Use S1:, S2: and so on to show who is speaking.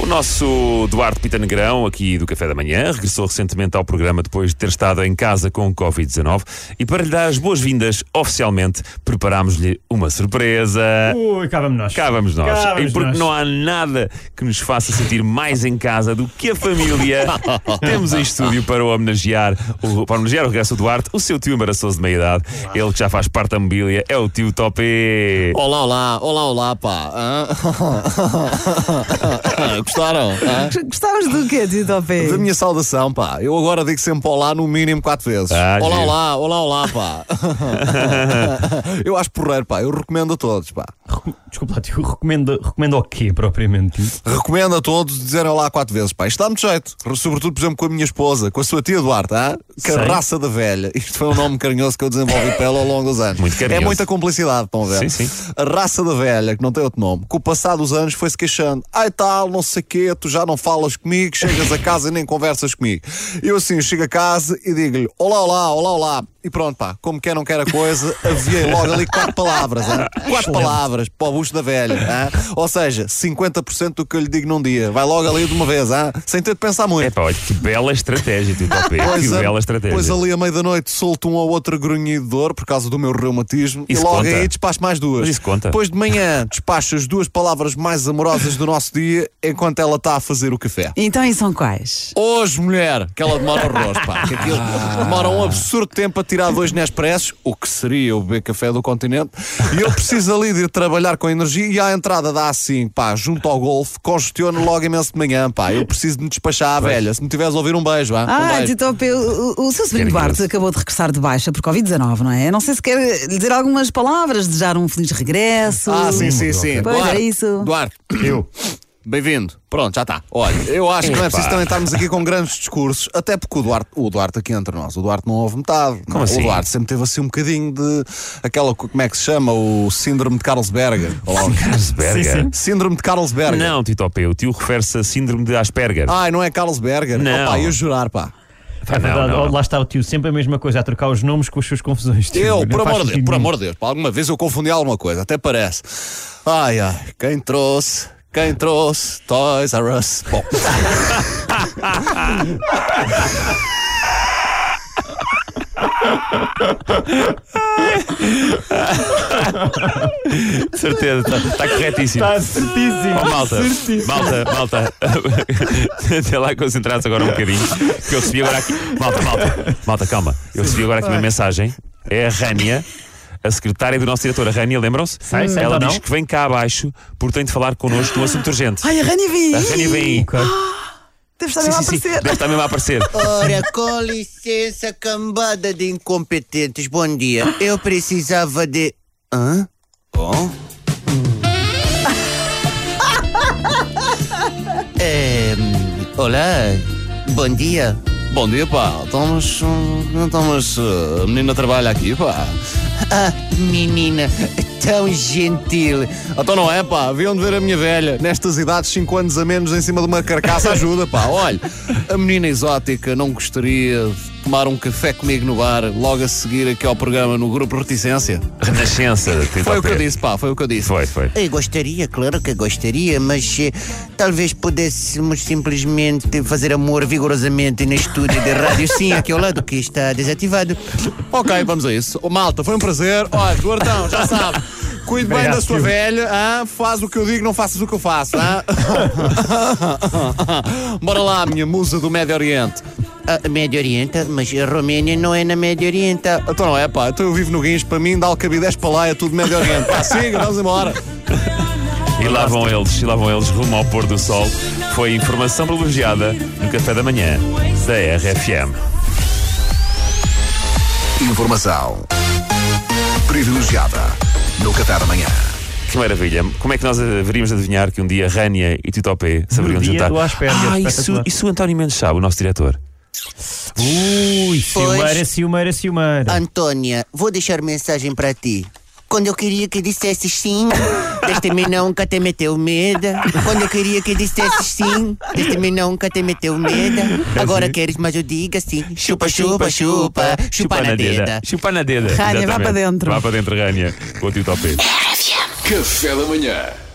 S1: O nosso Duarte Pita Negrão, aqui do Café da Manhã, regressou recentemente ao programa depois de ter estado em casa com Covid-19 e para lhe dar as boas-vindas oficialmente, preparámos-lhe uma surpresa.
S2: Ui, cá vamos nós.
S1: Cá vamos nós.
S2: Cá vamos
S1: e porque
S2: nós.
S1: não há nada que nos faça sentir mais em casa do que a família, temos em estúdio para homenagear o, para homenagear o regresso do Duarte, o seu tio embaraçoso de meia-idade. Ele que já faz parte da mobília, é o tio Topé.
S2: Oh.
S3: Olá, olá, olá, olá, pá. Hã? Gostaram? Ah. hã?
S4: Gostavas do quê, Tio Topé?
S3: Da minha saudação, pá. Eu agora digo sempre olá no mínimo quatro vezes.
S1: Ah,
S3: olá,
S1: giro.
S3: olá, olá, olá, pá. Eu acho porreiro, pá. Eu recomendo a todos, pá.
S2: Tipo, Desculpa, lá, tio, recomendo, recomendo ao quê propriamente? tio?
S3: Recomendo a todos dizerem olá quatro vezes, pá. Isto dá-me jeito. Sobretudo, por exemplo, com a minha esposa, com a sua tia Duarte, hã? Carraça da Velha. Isto foi um nome carinhoso que eu desenvolvi para ela ao longo dos anos.
S1: Muito carinhoso.
S3: É muita complicidade, estão a ver?
S1: Sim, sim.
S3: A raça da velha, que não tem outro nome, que o passar dos anos foi-se queixando. Ai tal, não sei quê, tu já não falas comigo, chegas a casa e nem conversas comigo. Eu assim chego a casa e digo-lhe olá, olá, olá, olá. E pronto, pá, como quer não quer a coisa, aviei logo ali quatro palavras, hein? quatro palavras para o bucho da velha. hein? Ou seja, 50% do que eu lhe digo num dia. Vai logo ali de uma vez, hein? sem ter de pensar muito.
S1: É pá, olha, que bela estratégia, tio Topé. Que
S3: Pois,
S2: é,
S3: a-
S1: bela estratégia.
S3: pois ali à meia da noite solto um ou outro grunhido de dor por causa do meu reumatismo
S1: Isso
S3: e logo
S1: conta.
S3: aí despacho mais duas.
S1: Mas isso conta.
S3: Depois de manhã despacho as duas palavras mais amorosas do nosso dia enquanto ela está a fazer o café.
S4: Então, e são quais?
S3: Hoje, mulher, que ela demora o rosto, pá. Que aquilo demora um absurdo tempo a tirar dois Nespressos, o que seria o beber café do continente. E eu preciso ali de ir trabalhar com energia e à entrada dá assim, pá, junto ao golfe, congestiono logo imenso de manhã, pá. Eu preciso de me despachar à velha. Se me tiveres a ouvir, um beijo, vá. um
S4: Ah,
S1: é?
S3: beijo.
S4: Tio Topé, o, o- o seu
S1: Querem
S4: sobrinho
S1: que eu-
S4: Duarte acabou de regressar de baixa por Covid-19, não é? Eu Não sei se quer lhe dizer algumas palavras, desejar um feliz regresso.
S3: Ah, sim, sim, sim.
S4: Pois,
S3: Duarte,
S4: é isso.
S3: Duarte, eu. Bem-vindo. Pronto, já está. Olha, eu acho que não é preciso também estarmos aqui com grandes discursos, até porque o Duarte, o Duarte aqui entre nós, o Duarte não houve metade.
S1: Como
S3: o
S1: assim?
S3: Duarte sempre teve assim um bocadinho de aquela, como é que se chama? O síndrome de Carlsberger. Olá,
S1: Asperger.
S2: Sim,
S3: síndrome de Carlsberger.
S1: Não, tio Topé, o tio refere-se a síndrome de Asperger.
S3: Ai, não é Carlsberger.
S1: Não.
S3: Opa, eu jurar, pá.
S1: Pá, Tá, não,
S2: É Verdade,
S1: não, não.
S2: Lá está o tio, sempre a mesma coisa, a trocar os nomes com as suas confusões. tio.
S3: Eu,
S2: Não
S3: por
S2: faz
S3: amor de Deus,
S2: sentido
S3: por
S2: nenhum.
S3: amor de Deus, pá, alguma vez eu confundi alguma coisa, até parece. Ai, ai, quem trouxe, quem trouxe Toys R Us. Bom.
S1: Certeza, está corretíssimo.
S2: Está certíssimo.
S1: Oh, malta,
S2: Tá certíssimo.
S1: malta, malta, até lá concentrar-se agora um bocadinho. Que eu recebi agora aqui. Malta, malta, malta, calma. Eu recebi agora aqui uma mensagem. É a Rânia, a secretária do nosso diretor. A Rânia, lembram-se?
S2: Sei, sei,
S1: Ela
S2: então
S1: diz
S2: não.
S1: que vem cá abaixo porque tem de falar connosco de um assunto urgente.
S4: Ai, a Rani vem!
S1: A Rânia vem aí.
S2: Ok.
S4: Deve estar
S1: Sim,
S4: mesmo a
S1: sim, sim.
S4: aparecer.
S1: Deve estar mesmo a aparecer.
S5: Ora, com licença, cambada de incompetentes, bom dia. Eu precisava de. Hã? Bom? É, hum, olá, bom dia. um,
S3: Bom dia, pá. Estamos. hum, Estamos.
S5: eh,
S3: uh, A menina trabalha aqui, pá.
S5: Ah, menina, tão gentil.
S3: Então não é, pá. Viam de ver a minha velha. Nestas idades, 5 anos a menos em cima de uma carcaça ajuda, pá. Olha, a menina exótica não gostaria de tomar um café comigo no bar logo a seguir aqui ao programa no Grupo Reticência?
S1: Renascença. tio
S3: Foi o que eu
S1: Topé.
S3: disse, pá. Foi o que eu disse.
S1: Foi, foi.
S5: Eu gostaria, claro que gostaria, mas eh, talvez pudéssemos simplesmente fazer amor vigorosamente no estúdio de rádio, sim, aqui ao lado que está desativado.
S3: Ok, vamos a isso. Ô, malta, foi um prazer. Olha, Duartão, já sabe. Cuide bem
S2: Obrigado,
S3: da sua
S2: tio.
S3: velha, ah, faz o que eu digo, não faças o que eu faço. Ah. Bora lá, minha musa do Médio Oriente.
S5: Ah, Médio Oriente, mas a Romênia não é na Médio Oriente.
S3: Então não é, pá, então eu vivo no Guins, para mim dá o cabidez para lá, é tudo Médio Oriente. Pá, siga, vamos embora.
S1: E lá vão eles, e lá vão eles rumo ao pôr do sol. Foi informação privilegiada no café da manhã da RFM.
S6: Informação privilegiada no Qatar amanhã.
S1: Que maravilha. Como é que nós haveríamos de adivinhar que um dia Rania e Titopé saberiam
S2: No dia
S1: jantar?
S2: do Asperger,
S1: ah, isso,
S2: espetacular.
S1: isso o António Mendes sabe, o nosso diretor.
S2: Ui, ciumeira, ciumeira, ciumeira.
S5: Antônia, vou deixar mensagem pra ti. Quando eu queria que dissesse sim, deste-me nunca te meteu medo. Quando eu queria que dissesse sim, deste-me nunca te meteu medo. Agora queres, mas eu diga sim. Chupa, chupa, chupa, chupa na deda.
S1: Chupa na deda.
S4: Rania, vá
S1: exatamente.
S4: para dentro.
S1: Vá para dentro, Rania. Com o Titopé.
S6: Café da manhã.